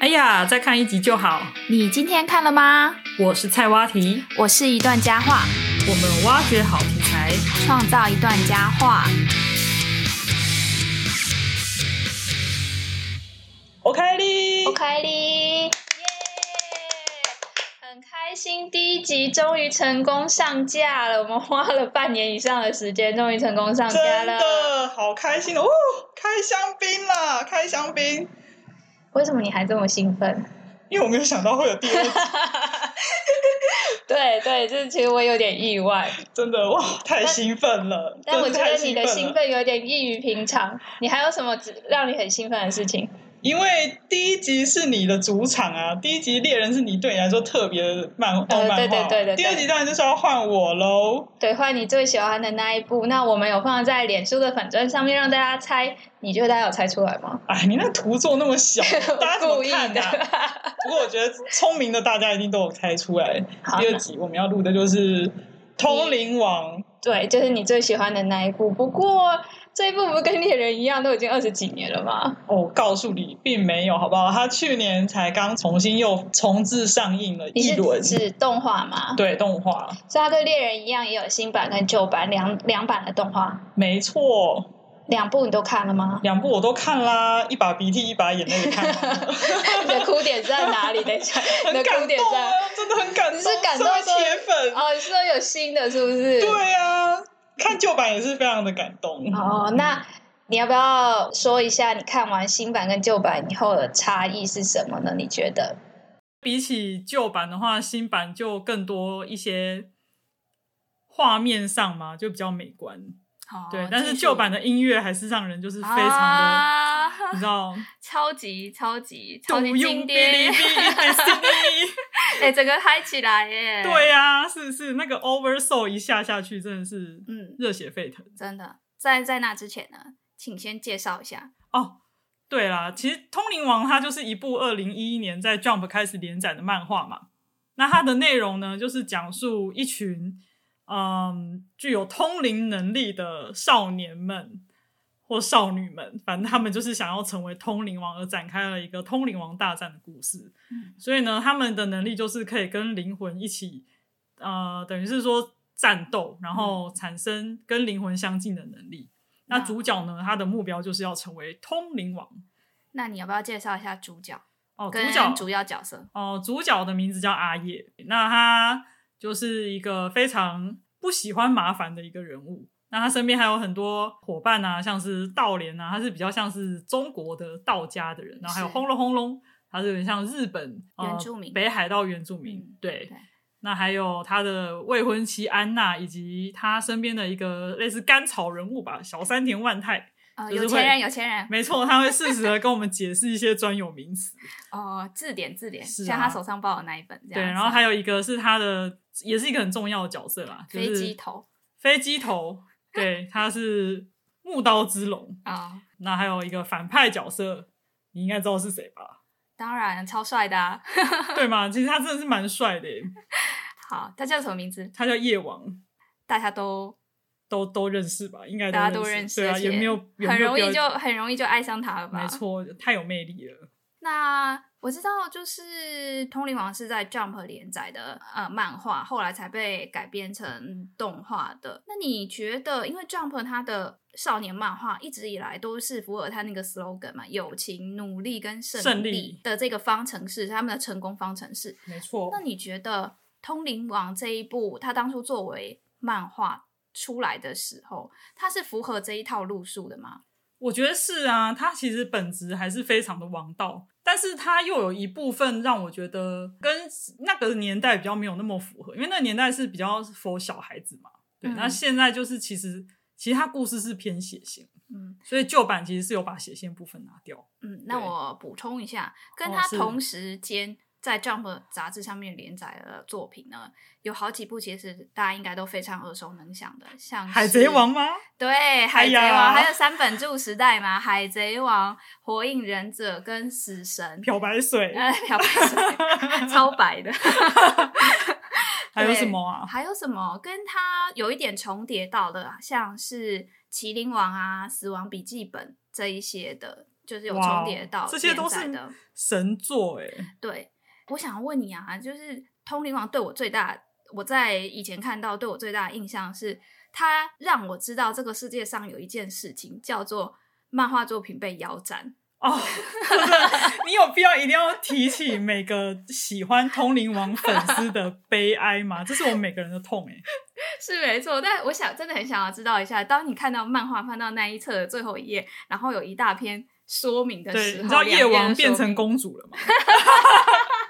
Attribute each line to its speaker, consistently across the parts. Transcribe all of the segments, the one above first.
Speaker 1: 哎呀，再看一集就好。
Speaker 2: 你今天看了吗？
Speaker 1: 我是菜蛙题，
Speaker 2: 我是一段佳话，
Speaker 1: 我们挖掘好题材。
Speaker 2: 创造一段佳话。
Speaker 1: OK 哩
Speaker 3: OK 哩，耶！很开心，第一集终于成功上架了。我们花了半年以上的时间，终于成功上架
Speaker 4: 真
Speaker 3: 了。
Speaker 4: 的好开心哦！哦开香槟啦，开香槟！
Speaker 3: 为什么你还这么兴奋？
Speaker 4: 因为我没有想到会有第二集，
Speaker 3: 对对，这其实我有点意外，
Speaker 4: 真的哇，太兴奋了！
Speaker 3: 但我
Speaker 4: 真
Speaker 3: 觉
Speaker 4: 的太
Speaker 3: 得你的兴
Speaker 4: 奋了，
Speaker 3: 奋有点异于平常。你还有什么让你很兴奋的事情？
Speaker 4: 因为第一集是你的主场啊，第一集猎人是你对你来说特别的漫哦动漫画，
Speaker 3: 呃对对对对对
Speaker 4: 第二集当然就是要换我喽。
Speaker 3: 对，换你最喜欢的那一部。那我们有放在脸书的粉砖上面让大家猜，你觉得大家有猜出来吗？，
Speaker 4: 哎，你那图做那么小 大家怎么
Speaker 3: 我故意
Speaker 4: 看
Speaker 3: 的。
Speaker 4: 啊？不过我觉得聪明的大家一定都有猜出来。
Speaker 3: 好
Speaker 4: 第二集我们要录的就是《通灵王》，
Speaker 3: 对，就是你最喜欢的那一部。不过这一部不是跟猎人一样，都已经二十几年了嘛？
Speaker 4: 哦，告诉你，并没有，好不好？他去年才刚重新又重置上映了
Speaker 3: 你
Speaker 4: 一
Speaker 3: 是
Speaker 4: 轮，
Speaker 3: 指动画吗？，
Speaker 4: 对动画，
Speaker 3: 所以它跟猎人一样，也有新版跟旧版两两版的动画。
Speaker 4: 没错，？
Speaker 3: 两部你都看了吗
Speaker 4: 两部我都看啦，一把鼻涕一把眼泪的看完了，
Speaker 3: 你的哭点在哪里？等一下，你
Speaker 4: 很
Speaker 3: 的哭
Speaker 4: 感
Speaker 3: 点
Speaker 4: 动啊
Speaker 3: 在，
Speaker 4: 真的很感动，
Speaker 3: 你是感动
Speaker 4: 身为
Speaker 3: 说
Speaker 4: 铁粉，
Speaker 3: 哦，你说有新的是不是？。
Speaker 4: 对啊，看旧版也是非常的感动。
Speaker 3: 哦，那你要不要说一下你看完新版跟旧版以后的差异是什么呢？你觉得？
Speaker 1: 比起旧版的话，新版就更多一些画面上嘛，就比较美观。
Speaker 2: 好
Speaker 1: 对，但是旧版的音乐还是让人就是非常的，
Speaker 2: 啊、
Speaker 1: 你知道，
Speaker 2: 超级超级超
Speaker 1: 动
Speaker 2: 级经
Speaker 1: 用哔哩
Speaker 2: 典，
Speaker 1: 哔哩的 CD。
Speaker 2: 哎、整个嗨起来耶！
Speaker 1: 对、呀、是是，那个 Over Soul 一下下去，真的是
Speaker 2: 嗯，
Speaker 1: 热血沸腾
Speaker 2: 真的，在在那之前呢，请先介绍一下。
Speaker 1: 哦。对啦，其实《通灵王》它就是一部二零一一年在 Jump 开始连载的漫画嘛。那它的内容呢，就是讲述一群嗯具有通灵能力的少年们或少女们，反正他们就是想要成为通灵王，而展开了一个通灵王大战的故事。
Speaker 2: 嗯
Speaker 1: 所以呢，他们的能力就是可以跟灵魂一起，呃，等于是说战斗，然后产生跟灵魂相近的能力。那主角呢，他的目标就是要成为通灵王。
Speaker 2: 那你要不要介绍一下主角
Speaker 1: 哦，主
Speaker 2: 跟
Speaker 1: 角
Speaker 2: 主要角色？
Speaker 1: 哦，主角的名字叫阿叶，那他就是一个非常不喜欢麻烦的一个人物。那他身边还有很多伙伴啊，像是道联啊，他是比较像是中国的道家的人，然后还有
Speaker 2: 是
Speaker 1: 轰隆轰隆，他是有点像日本、呃、
Speaker 2: 原住民
Speaker 1: 北海道原住民。
Speaker 2: 嗯
Speaker 1: 对，
Speaker 2: 对
Speaker 1: 那还有他的未婚妻安娜，以及他身边的一个类似甘草人物吧，小山田万太。
Speaker 2: 呃，
Speaker 1: 就是
Speaker 2: 有
Speaker 1: 会
Speaker 2: 钱人，有钱人
Speaker 1: 没错，他会适时的跟我们解释一些专有名词。
Speaker 2: 哦，字典字典，
Speaker 1: 是啊
Speaker 2: 像他手上抱的那一本这样子。啊
Speaker 1: 对，然后还有一个是他的，也是一个很重要的角色啦，就是
Speaker 2: 飞机头
Speaker 1: 飞机头，对，他是木刀之龙。
Speaker 2: 啊、哦
Speaker 1: 那还有一个反派角色，你应该知道是谁吧？
Speaker 2: 当然超帅的、啊。
Speaker 1: 对吗？其实他真的是蛮帅的耶，
Speaker 2: 好，他叫什么名字？
Speaker 1: 他叫夜王，
Speaker 2: 大家都
Speaker 1: 都都认识吧？应该
Speaker 2: 大家都认
Speaker 1: 认
Speaker 2: 识，
Speaker 1: 对啊，
Speaker 2: 而
Speaker 1: 也
Speaker 2: 且
Speaker 1: 没有也
Speaker 2: 很
Speaker 1: 没有
Speaker 2: 容易
Speaker 1: 必
Speaker 2: 就
Speaker 1: 要
Speaker 2: 很容易就爱上他了吧？
Speaker 1: 没。错，太有魅力了。
Speaker 2: 那我知道，就是《通灵王》是在 Jump 连载的呃漫画，后来才被改编成动画的。那你觉得，因为 Jump 它的少年漫画一直以来都是福尔他那个 slogan 嘛，友情、努力跟胜
Speaker 1: 胜
Speaker 2: 利
Speaker 1: 利
Speaker 2: 的这个方程式，他们的成功方程式。
Speaker 1: 没错
Speaker 2: 那你觉得《通灵王》这一部，它当初作为漫画出来的时候，它是符合这一套路数的吗？
Speaker 1: 我觉得是啊，它其实本质还是非常的王道，但是它又有一部分让我觉得跟那个年代比较没有那么符合，因为那个年代是比较 for 小孩子嘛。对，
Speaker 2: 嗯
Speaker 1: 那现在就是其实其实它故事是偏血腥，
Speaker 2: 嗯
Speaker 1: 所以旧版其实是有把血腥部分拿掉。
Speaker 2: 嗯，那
Speaker 1: 对
Speaker 2: 我补充一下，跟
Speaker 1: 哦
Speaker 2: 它
Speaker 1: 是
Speaker 2: 同时间在 Jump 杂志上面连载的作品呢，有好几部其实大家应该都非常耳熟能详的，像《
Speaker 1: 海贼王》。吗？
Speaker 2: 对，《海贼王》
Speaker 1: 呀
Speaker 2: 还有三本柱时代嘛，《海贼王》《火影忍者》跟《死神》
Speaker 1: 漂白水，
Speaker 2: 呃，漂白 水超白的。
Speaker 1: 还有
Speaker 2: 对
Speaker 1: 什么啊？
Speaker 2: 还有什么跟它有一点重啊叠到的，像是《麒麟王》啊，《死亡笔记本》这一些的就是有重叠到
Speaker 1: 哇哦这些都是
Speaker 2: 连载的。
Speaker 1: 神作哎、
Speaker 2: 对，我想问你啊，就是《通灵王》对我最大，我在以前看到对我最大的印象是，它让我知道这个世界上有一件事情叫做漫画作品被腰斩。
Speaker 1: 哦，真的，你有必要一定要提起每个喜欢通灵王粉丝的悲哀吗？ 这是我们每个人的痛哎、
Speaker 2: 是没错，但我想真的很想要知道一下，当你看到漫画翻到那一册的最后一页，然后有一大篇说明的
Speaker 1: 对，
Speaker 2: 时候，
Speaker 1: 你知道
Speaker 2: 两
Speaker 1: 夜
Speaker 2: 页的
Speaker 1: 王
Speaker 2: 说
Speaker 1: 变成
Speaker 2: 明
Speaker 1: 公主 了吗？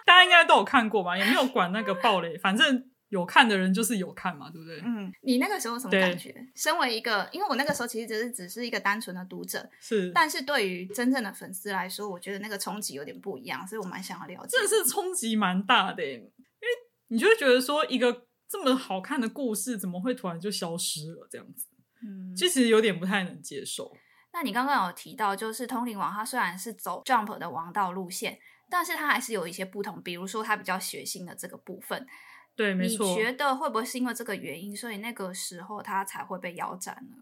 Speaker 1: 大家应该都有看过吧？也没有管那个暴雷，反正有看的人就是有看嘛，对不对？
Speaker 2: 嗯，你那个时候什么
Speaker 1: 对
Speaker 2: 感觉？身为一个，因为我那个时候其实只是只是一个单纯的读者，
Speaker 1: 是，
Speaker 2: 但是对于真正的粉丝来说，我觉得那个冲击有点不一样，所以我蛮想要了解
Speaker 1: 真。的是冲击蛮大的欸耶、因为你就会觉得说，一个这么好看的故事，怎么会突然就消失了？这样子，
Speaker 2: 嗯，
Speaker 1: 其实有点不太能接受。
Speaker 2: 那你刚刚有提到，就是通灵王，它虽然是走 Jump 的王道路线，但是它还是有一些不同，比如说它比较血腥的这个部分。
Speaker 1: 对，没
Speaker 2: 你
Speaker 1: 错。
Speaker 2: 觉得会不会是因为这个原因，所以那个时候它才会被腰斩呢？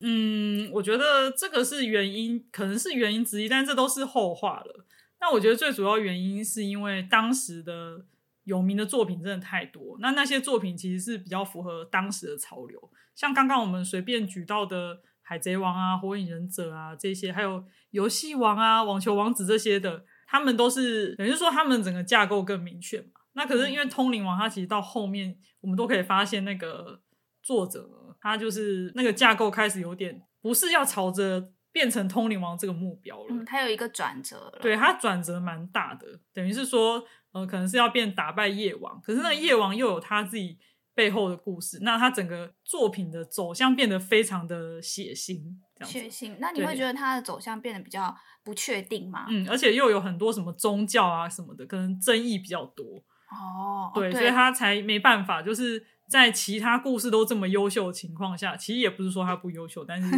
Speaker 1: 嗯，我觉得这个是原因，可能是原因之一，但这都是后话了。那我觉得最主要原因是因为当时的有名的作品真的太多，那那些作品其实是比较符合当时的潮流，像刚刚我们随便举到的《海贼王》啊、《火影忍者啊》这些，还有《游戏王》啊、《网球王子》这些的，他们都是等于是说他们整个架构更明确嘛。那可是因为《通灵王》它其实到后面我们都可以发现那个作者他就是那个架构开始有点不是要朝着变成通灵王这个目标了，
Speaker 2: 嗯，它有一个转折了。
Speaker 1: 对，它转折蛮大的，等于是说呃可能是要变打败夜王，可是那个夜王又有他自己背后的故事，那他整个作品的走向变得非常的血腥，这样子
Speaker 2: 血腥。那你会
Speaker 1: 对
Speaker 2: 觉得它的走向变得比较不确定吗？
Speaker 1: 嗯，而且又有很多什么宗教啊什么的，可能争议比较多，
Speaker 2: 哦，
Speaker 1: 对，所以他才没办法，就是在其他故事都这么优秀的情况下，其实也不是说他不优秀，但是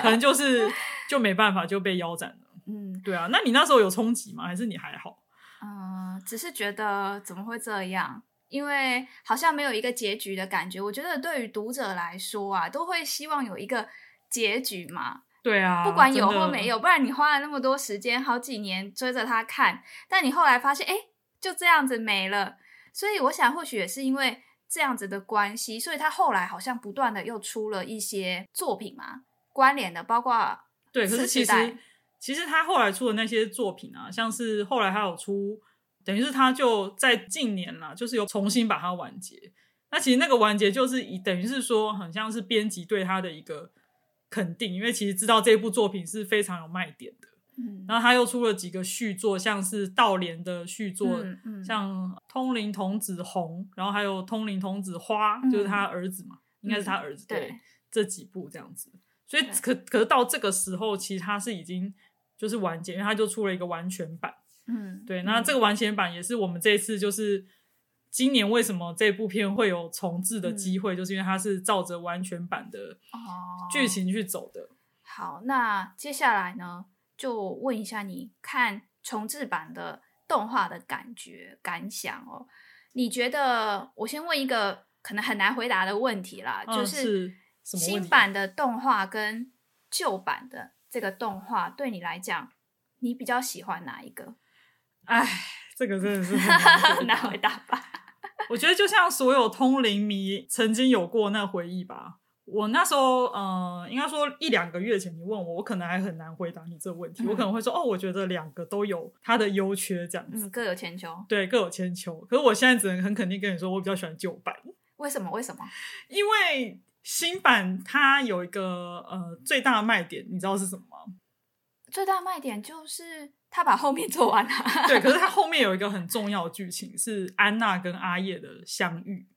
Speaker 1: 可能就是 就没办法就被腰斩了。
Speaker 2: 嗯
Speaker 1: 对啊，那你那时候有冲击吗？还是你还好？
Speaker 2: 嗯、呃只是觉得怎么会这样？因为好像没有一个结局的感觉。我觉得对于读者来说啊，都会希望有一个结局嘛，
Speaker 1: 对啊，
Speaker 2: 不管有
Speaker 1: 真的
Speaker 2: 或没，有，不然你花了那么多时间，好几年追着它看，但你后来发现，哎，就这样子没了。所以我想，或许也是因为这样子的关系，所以他后来好像不断的又出了一些作品嘛，关联的，包括
Speaker 1: 对，可
Speaker 2: 次
Speaker 1: 是
Speaker 2: 世
Speaker 1: 其实
Speaker 2: 代
Speaker 1: 其实他后来出的那些作品啊，像是后来他有出，等于是他就在近年啦，就是有重新把它完结。那其实那个完结就是以等于是说，很像是编辑对他的一个肯定，因为其实知道这部作品是非常有卖点的。
Speaker 2: 嗯
Speaker 1: 然后他又出了几个续作，像是道莲的续作，
Speaker 2: 嗯嗯
Speaker 1: 像通灵童子红，然后还有通灵童子花，
Speaker 2: 嗯
Speaker 1: 就是他儿子嘛，应该是他儿子，
Speaker 2: 对
Speaker 1: 这几部这样子。所以
Speaker 2: 对
Speaker 1: 可可是到这个时候，其实他是已经就是完结，因为他就出了一个完全版。
Speaker 2: 嗯，
Speaker 1: 对，那
Speaker 2: 嗯
Speaker 1: 这个完全版也是我们这一次就是今年为什么这部片会有重置的机会，就是因为它是照着完全版的
Speaker 2: 嗯哦
Speaker 1: 剧情去走的。
Speaker 2: 好，那接下来呢，就问一下你看重制版的动画的感觉感想哦。你觉得？我先问一个可能很难回答的问题啦，
Speaker 1: 嗯
Speaker 2: 就是
Speaker 1: 什么问
Speaker 2: 新
Speaker 1: 题啊
Speaker 2: 版的动画跟旧版的这个动画，对你来讲，你比较喜欢哪一个？
Speaker 1: 哎，这个真的是很
Speaker 2: 难回答 吧？
Speaker 1: 嗯我觉得就像所有通灵迷曾经有过那回忆吧。我那时候，呃，应该说一两个月前你问我，我可能还很难回答你这个问题。
Speaker 2: 嗯
Speaker 1: 我可能会说，哦，我觉得两个都有它的优缺，这样子，
Speaker 2: 嗯，各有千秋。
Speaker 1: 对，各有千秋。可是我现在只能很肯定跟你说，我比较喜欢旧版，
Speaker 2: 为什么？为什么？
Speaker 1: 因为新版它有一个呃最大的卖点，你知道是什么吗？
Speaker 2: 最大卖点就是他把后面做完了。
Speaker 1: 对，可是它后面有一个很重要的剧情是安娜跟阿叶的相遇，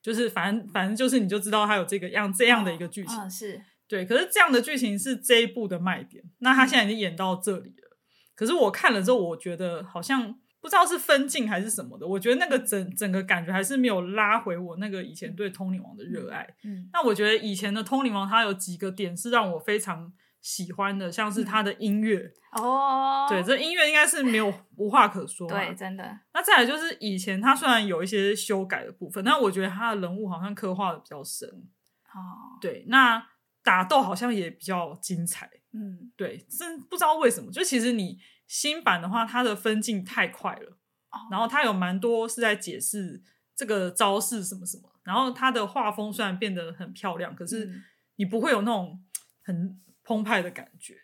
Speaker 1: 就是反正反正就是你就知道它有这个样这样的一个剧情。
Speaker 2: 嗯，是
Speaker 1: 对，可是这样的剧情是这一部的卖点，那他现在已经演到这里了。可是我看了之后，我觉得好像不知道是分镜还是什么的，我觉得那个整整个感觉还是没有拉回我那个以前对通灵王的热爱。
Speaker 2: 嗯
Speaker 1: 那我觉得以前的通灵王，它有几个点是让我非常喜欢的，像是它的音乐，
Speaker 2: 哦，
Speaker 1: 对，这音乐应该是没有无话可说嘛。
Speaker 2: 对，真的，
Speaker 1: 那再来就是以前它虽然有一些修改的部分，但我觉得它的人物好像刻画的比较深，
Speaker 2: 哦，
Speaker 1: 对，那打斗好像也比较精彩。
Speaker 2: 嗯，
Speaker 1: 对，真不知道为什么，就其实你新版的话，它的分镜太快了，
Speaker 2: 哦
Speaker 1: 然后它有蛮多是在解释这个招式什么什么，然后它的画风虽然变得很漂亮，可是
Speaker 2: 嗯
Speaker 1: 你不会有那种很澎湃的感觉。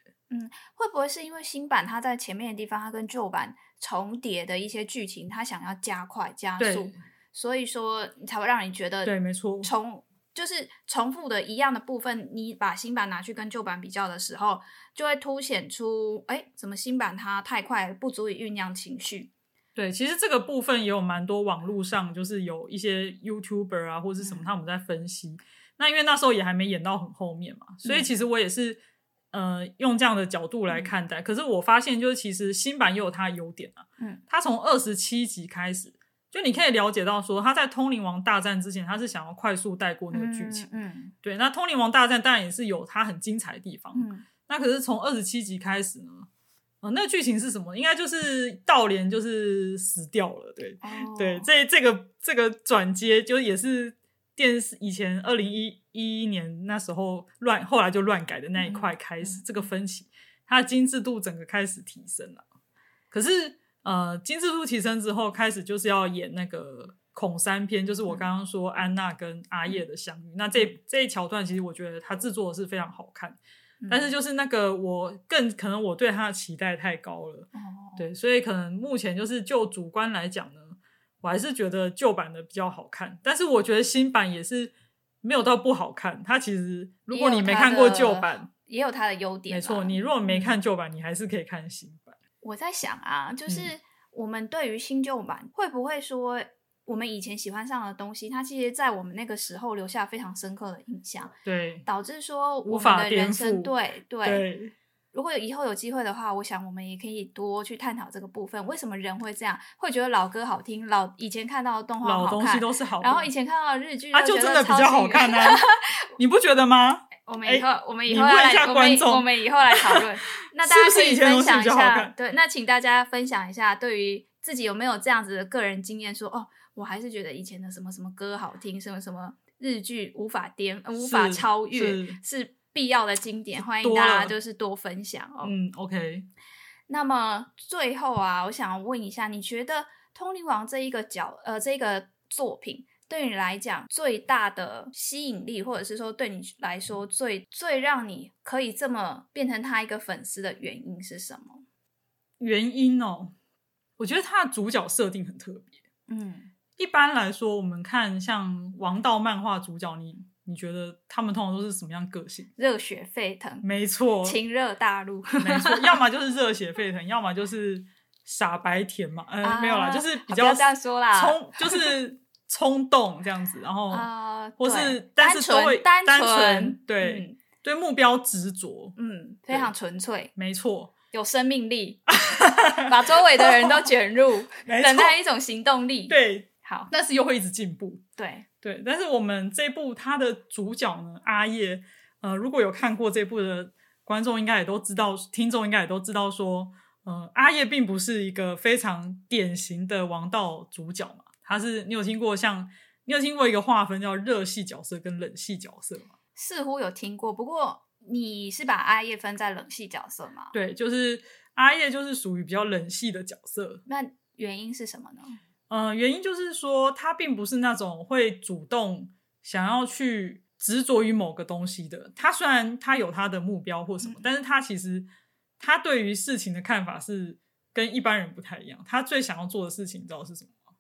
Speaker 2: 会不会是因为新版它在前面的地方，它跟旧版重叠的一些剧情，它想要加快加速
Speaker 1: 对，
Speaker 2: 所以说才会让你觉得
Speaker 1: 对，没错，
Speaker 2: 重就是重复的一样的部分，你把新版拿去跟旧版比较的时候，就会凸显出，哎，怎么新版它太快，不足以酝酿情绪。
Speaker 1: 对，其实这个部分也有蛮多网络上就是有一些 YouTuber 啊或者什么
Speaker 2: 嗯
Speaker 1: 他们在分析。那因为那时候也还没演到很后面嘛，所以
Speaker 2: 嗯
Speaker 1: 其实我也是呃用这样的角度来看待。可是我发现就是其实新版也有它的优点啊，
Speaker 2: 嗯，
Speaker 1: 它从二十七集开始，就你可以了解到说他在《通灵王大战》之前，他是想要快速带过那个剧情。
Speaker 2: 嗯
Speaker 1: 对，那《通灵王大战》当然也是有它很精彩的地方，
Speaker 2: 嗯
Speaker 1: 那可是从二十七集开始呢，呃，那剧情是什么？应该就是道莲就是死掉了，对、
Speaker 2: 嗯，哦
Speaker 1: 对，这这个这个转接就也是电视以前二零一一年那时候乱，后来就乱改的那一块开始，
Speaker 2: 嗯
Speaker 1: 这个分歧，它的精致度整个开始提升了。可是呃，精致度提升之后，开始就是要演那个。孔三篇就是我刚刚说安娜跟阿叶的相遇，那这这一桥段其实我觉得它制作的是非常好看，
Speaker 2: 嗯
Speaker 1: 但是就是那个我更可能我对他的期待太高了，
Speaker 2: 哦
Speaker 1: 对，所以可能目前就是就主观来讲呢，我还是觉得旧版的比较好看，但是我觉得新版也是没有到不好看，它其实如果你没看过旧版，，
Speaker 2: 也有它的优点啦。
Speaker 1: 没错，你如果没看旧版，你还是可以看新版，
Speaker 2: 我在想啊，
Speaker 1: 嗯
Speaker 2: 就是我们对于新旧版会不会说，我们以前喜欢上的东西，它其实在我们那个时候留下非常深刻的印象，
Speaker 1: 对
Speaker 2: 导致说
Speaker 1: 无
Speaker 2: 我们
Speaker 1: 法
Speaker 2: 的
Speaker 1: 颠
Speaker 2: 人生
Speaker 1: 覆
Speaker 2: 对对
Speaker 1: 对
Speaker 2: 如果以后有机会的话，我想我们也可以多去探讨这个部分，为什么人会这样，会觉得老歌好听，老以前看到的动画
Speaker 1: 老
Speaker 2: 好
Speaker 1: 东
Speaker 2: 看，
Speaker 1: 西都是好的，
Speaker 2: 然后以前看到的日剧
Speaker 1: 啊
Speaker 2: 就
Speaker 1: 就
Speaker 2: 觉
Speaker 1: 真的
Speaker 2: 得
Speaker 1: 比
Speaker 2: 超
Speaker 1: 较
Speaker 2: 级
Speaker 1: 好
Speaker 2: 远，
Speaker 1: 看啊 你不觉得吗？
Speaker 2: 我们以后，我们以
Speaker 1: 哎你
Speaker 2: 后要
Speaker 1: 问一
Speaker 2: 来，
Speaker 1: 下
Speaker 2: 我
Speaker 1: 观
Speaker 2: 们
Speaker 1: 众
Speaker 2: 我们以后来 讨论。那
Speaker 1: 是
Speaker 2: 大家
Speaker 1: 不
Speaker 2: 可
Speaker 1: 是以前的
Speaker 2: 分
Speaker 1: 东西
Speaker 2: 享
Speaker 1: 比
Speaker 2: 一
Speaker 1: 较好
Speaker 2: 下
Speaker 1: 看，
Speaker 2: 对，那请大家分享一下对于自己有没有这样子的个人经验，说哦，我还是觉得以前的什么什么歌好听，什么什么日剧无法颠、呃无法
Speaker 1: 是
Speaker 2: 超越
Speaker 1: 是
Speaker 2: 是必要的经典，欢迎
Speaker 1: 多
Speaker 2: 大家
Speaker 1: 了
Speaker 2: 就是多分享哦。
Speaker 1: 嗯，OK，
Speaker 2: 那么最后啊，我想问一下，你觉得《通灵王》这一个角呃这个作品对你来讲最大的吸引力，或者是说对你来说最最让你可以这么变成他一个粉丝的原因是什么？
Speaker 1: 原因哦，我觉得它的主角设定很特别。
Speaker 2: 嗯
Speaker 1: 一般来说，我们看像王道漫画主角，你你觉得他们通常都是什么样个性？
Speaker 2: 热血沸腾，
Speaker 1: 没错，
Speaker 2: 情热大陆，
Speaker 1: 没错，要么就是热血沸腾，要么就是傻白甜嘛，呃，
Speaker 2: 啊
Speaker 1: 没有啦，就是比
Speaker 2: 不
Speaker 1: 较
Speaker 2: 要这样说啦
Speaker 1: 冲就是冲动这样子，然后、
Speaker 2: 啊，
Speaker 1: 或
Speaker 2: 对
Speaker 1: 是但
Speaker 2: 单
Speaker 1: 是都会
Speaker 2: 纯单
Speaker 1: 单纯对
Speaker 2: 嗯
Speaker 1: 对目标执着，
Speaker 2: 嗯，非常纯粹，
Speaker 1: 没错，
Speaker 2: 有生 命力，把周围的人都卷入，
Speaker 1: 没
Speaker 2: 等
Speaker 1: 错，
Speaker 2: 待一种行动力。，
Speaker 1: 对，
Speaker 2: 好，
Speaker 1: 但是又会一直进步，
Speaker 2: 对，
Speaker 1: 对，但是我们这部它的主角呢，阿叶，呃，如果有看过这部的观众应该也都知道，听众应该也都知道说，呃，阿叶并不是一个非常典型的王道主角嘛，他是你有听过像你有听过一个划分叫热系角色跟冷系角色吗？
Speaker 2: 似乎有听过，不过你是把阿叶分在冷系角色吗？
Speaker 1: 对，就是阿叶就是属于比较冷系的角色，
Speaker 2: 那原因是什么呢？
Speaker 1: 呃，原因就是说他并不是那种会主动想要去执着于某个东西的。他虽然他有他的目标或什么，
Speaker 2: 嗯
Speaker 1: 但是他其实他对于事情的看法是跟一般人不太一样。他最想要做的事情，你知道是什么吗？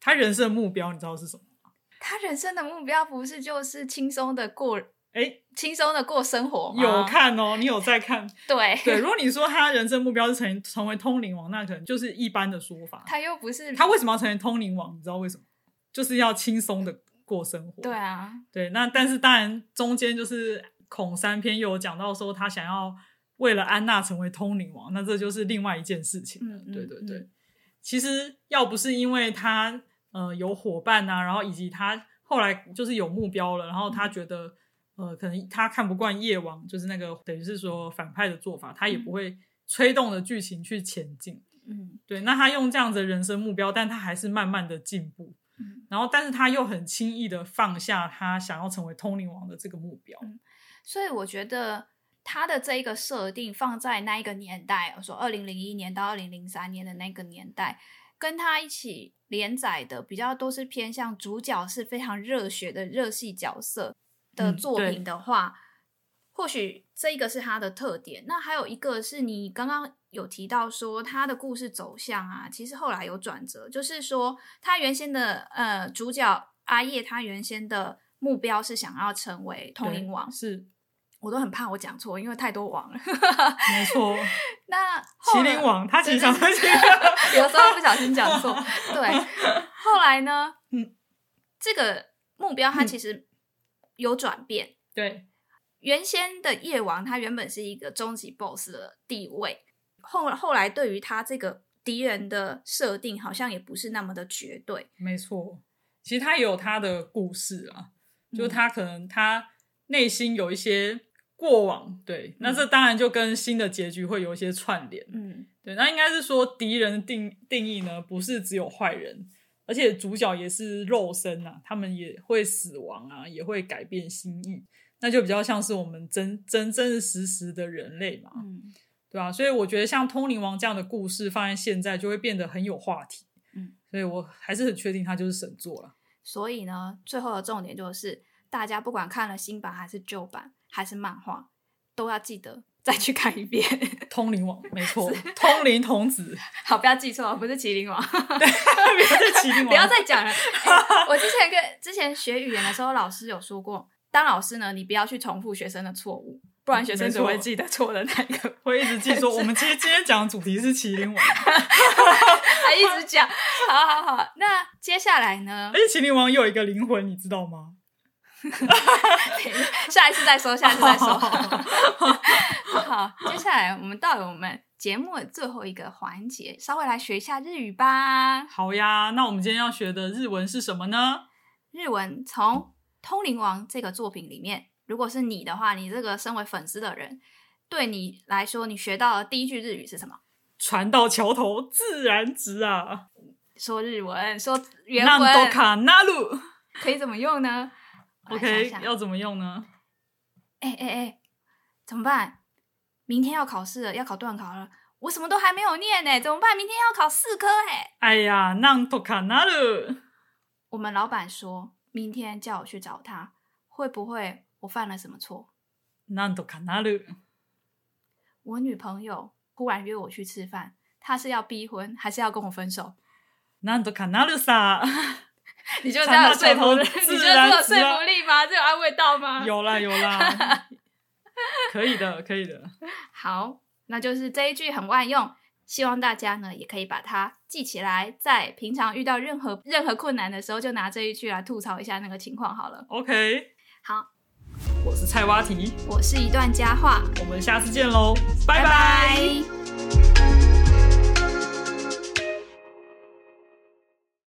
Speaker 1: 他人生的目标，你知道是什么吗？
Speaker 2: 他人生的目标不是就是轻松的过
Speaker 1: 哎，
Speaker 2: 轻松的过生活吗？
Speaker 1: 有看哦，你有在 看？
Speaker 2: 对，
Speaker 1: 对，如果你说他人生目标是成成为通灵王，那可能就是一般的说法。
Speaker 2: 他又不是
Speaker 1: 他为什么要成为通灵王？你知道为什么？就是要轻松的过生活。
Speaker 2: 对啊，
Speaker 1: 对，那但是当然中间就是孔三篇又有讲到说他想要为了安娜成为通灵王，那这就是另外一件事情了。
Speaker 2: 嗯嗯
Speaker 1: 对对
Speaker 2: 嗯
Speaker 1: 对，其实要不是因为他呃有伙伴呐、然后以及他后来就是有目标了，然后他觉得呃可能他看不惯夜王，就是那个等于是说反派的做法，他也不会推动着剧情去前进。
Speaker 2: 嗯
Speaker 1: 对，那他用这样子的人生目标，但他还是慢慢的进步，
Speaker 2: 嗯，
Speaker 1: 然后但是他又很轻易的放下他想要成为通灵王的这个目标，
Speaker 2: 所以我觉得它的这一个设定放在那一个年代，我说二零零一年到二零零三年的那个年代，跟它一起连载的比较都是偏向主角是非常热血的热系角色的
Speaker 1: 嗯
Speaker 2: 作
Speaker 1: 对
Speaker 2: 品的话，或许这一个是它的特点。那还有一个是你刚刚有提到说它的故事走向啊，其实后来有转折，就是说它原先的呃主角阿叶，他原先的目标是想要成为通灵王，
Speaker 1: 是
Speaker 2: 我都很怕我讲错，因为太多王了。
Speaker 1: 没错，
Speaker 2: 那后
Speaker 1: 麒
Speaker 2: 来
Speaker 1: 麟王他其实
Speaker 2: 对
Speaker 1: 想当麒 麟
Speaker 2: 有时候不小心讲 错，对。后来呢，
Speaker 1: 嗯，
Speaker 2: 这个目标它其实有转变，
Speaker 1: 对，
Speaker 2: 原先的夜王，他原本是一个终极 BOSS 的地位，后后来对于他这个敌人的设定，好像也不是那么的绝对。
Speaker 1: 没错。其实他也有他的故事啊，就
Speaker 2: 嗯
Speaker 1: 他可能他内心有一些过往，对，那这当然就跟新的结局会有一些串联。
Speaker 2: 嗯，
Speaker 1: 对，那应该是说敌人的定定义呢，不是只有坏人，而且主角也是肉身啊，他们也会死亡啊，也会改变心意，那就比较像是我们真真真实实的人类嘛，
Speaker 2: 嗯
Speaker 1: 对吧、所以我觉得像《通灵王》这样的故事放在现在，就会变得很有话题。
Speaker 2: 嗯，
Speaker 1: 所以我还是很确定它就是神作了。
Speaker 2: 所以呢，最后的重点就是，大家不管看了新版还是旧版，还是漫画，都要记得再去看一遍。
Speaker 1: 通灵王，没错，通灵童子，
Speaker 2: 好，不要记错，不是麒麟王。
Speaker 1: 不要再麒麟王，
Speaker 2: 不要再讲了。哎我之前跟之前学语言的时候，老师有说过，当老师呢，你不要去重复学生的错误，不然学生只
Speaker 1: 没错
Speaker 2: 会记得错的那一个，
Speaker 1: 会一直记说，我们今天今天讲的主题是麒麟王，
Speaker 2: 还一直讲。好好好，那接下来 呢
Speaker 1: 而？且麒麟王又有一个灵魂，你知道吗？
Speaker 2: 下一次再说，下一次再说。
Speaker 1: 好
Speaker 2: 好，接下来我们到了我们节目的最后一个环节，稍微来学一下日语吧。
Speaker 1: 好呀，那我们今天要学的日文是什么呢？
Speaker 2: 日文从《通灵王》这个作品里面，如果是你的话，你这个身为粉丝的人，对你来说，你学到的第一句日语是什么？
Speaker 1: 船到桥头自然直啊，
Speaker 2: 说日文，说原
Speaker 1: 那
Speaker 2: 文，
Speaker 1: 都卡那路。
Speaker 2: 可以怎么用 呢
Speaker 1: OK，
Speaker 2: 要
Speaker 1: 要怎么用呢？
Speaker 2: 哎哎哎，怎么办？明天要考试了，要考段考了，我什么都还没有念呢，怎么办？明天要考四科哎。
Speaker 1: 哎呀，那都卡那路。
Speaker 2: 我们老板说明天叫我去找他，会不会我犯了什么错？
Speaker 1: なんとかなる。
Speaker 2: 我女朋友忽然约我去吃饭，她是要逼婚还是要跟我分手？
Speaker 1: なんとかなるさ。
Speaker 2: 你就这样有说服 力，
Speaker 1: 缠到
Speaker 2: 你就
Speaker 1: 自
Speaker 2: 这样
Speaker 1: 然
Speaker 2: 有
Speaker 1: 直啊
Speaker 2: 说服力吗？这有安慰到吗？
Speaker 1: 有啦有 啦，可以的，可以的。
Speaker 2: 好，那就是这一句很万用，希望大家呢也可以把它记起来，在平常遇到任何任何困难的时候，就拿这一句来吐槽一下那个情况好了。
Speaker 1: OK，
Speaker 2: 好，
Speaker 1: 我是菜蛙题，
Speaker 2: 我是一段佳话，
Speaker 1: 我们下次见喽，拜
Speaker 2: 拜
Speaker 1: 拜
Speaker 2: 拜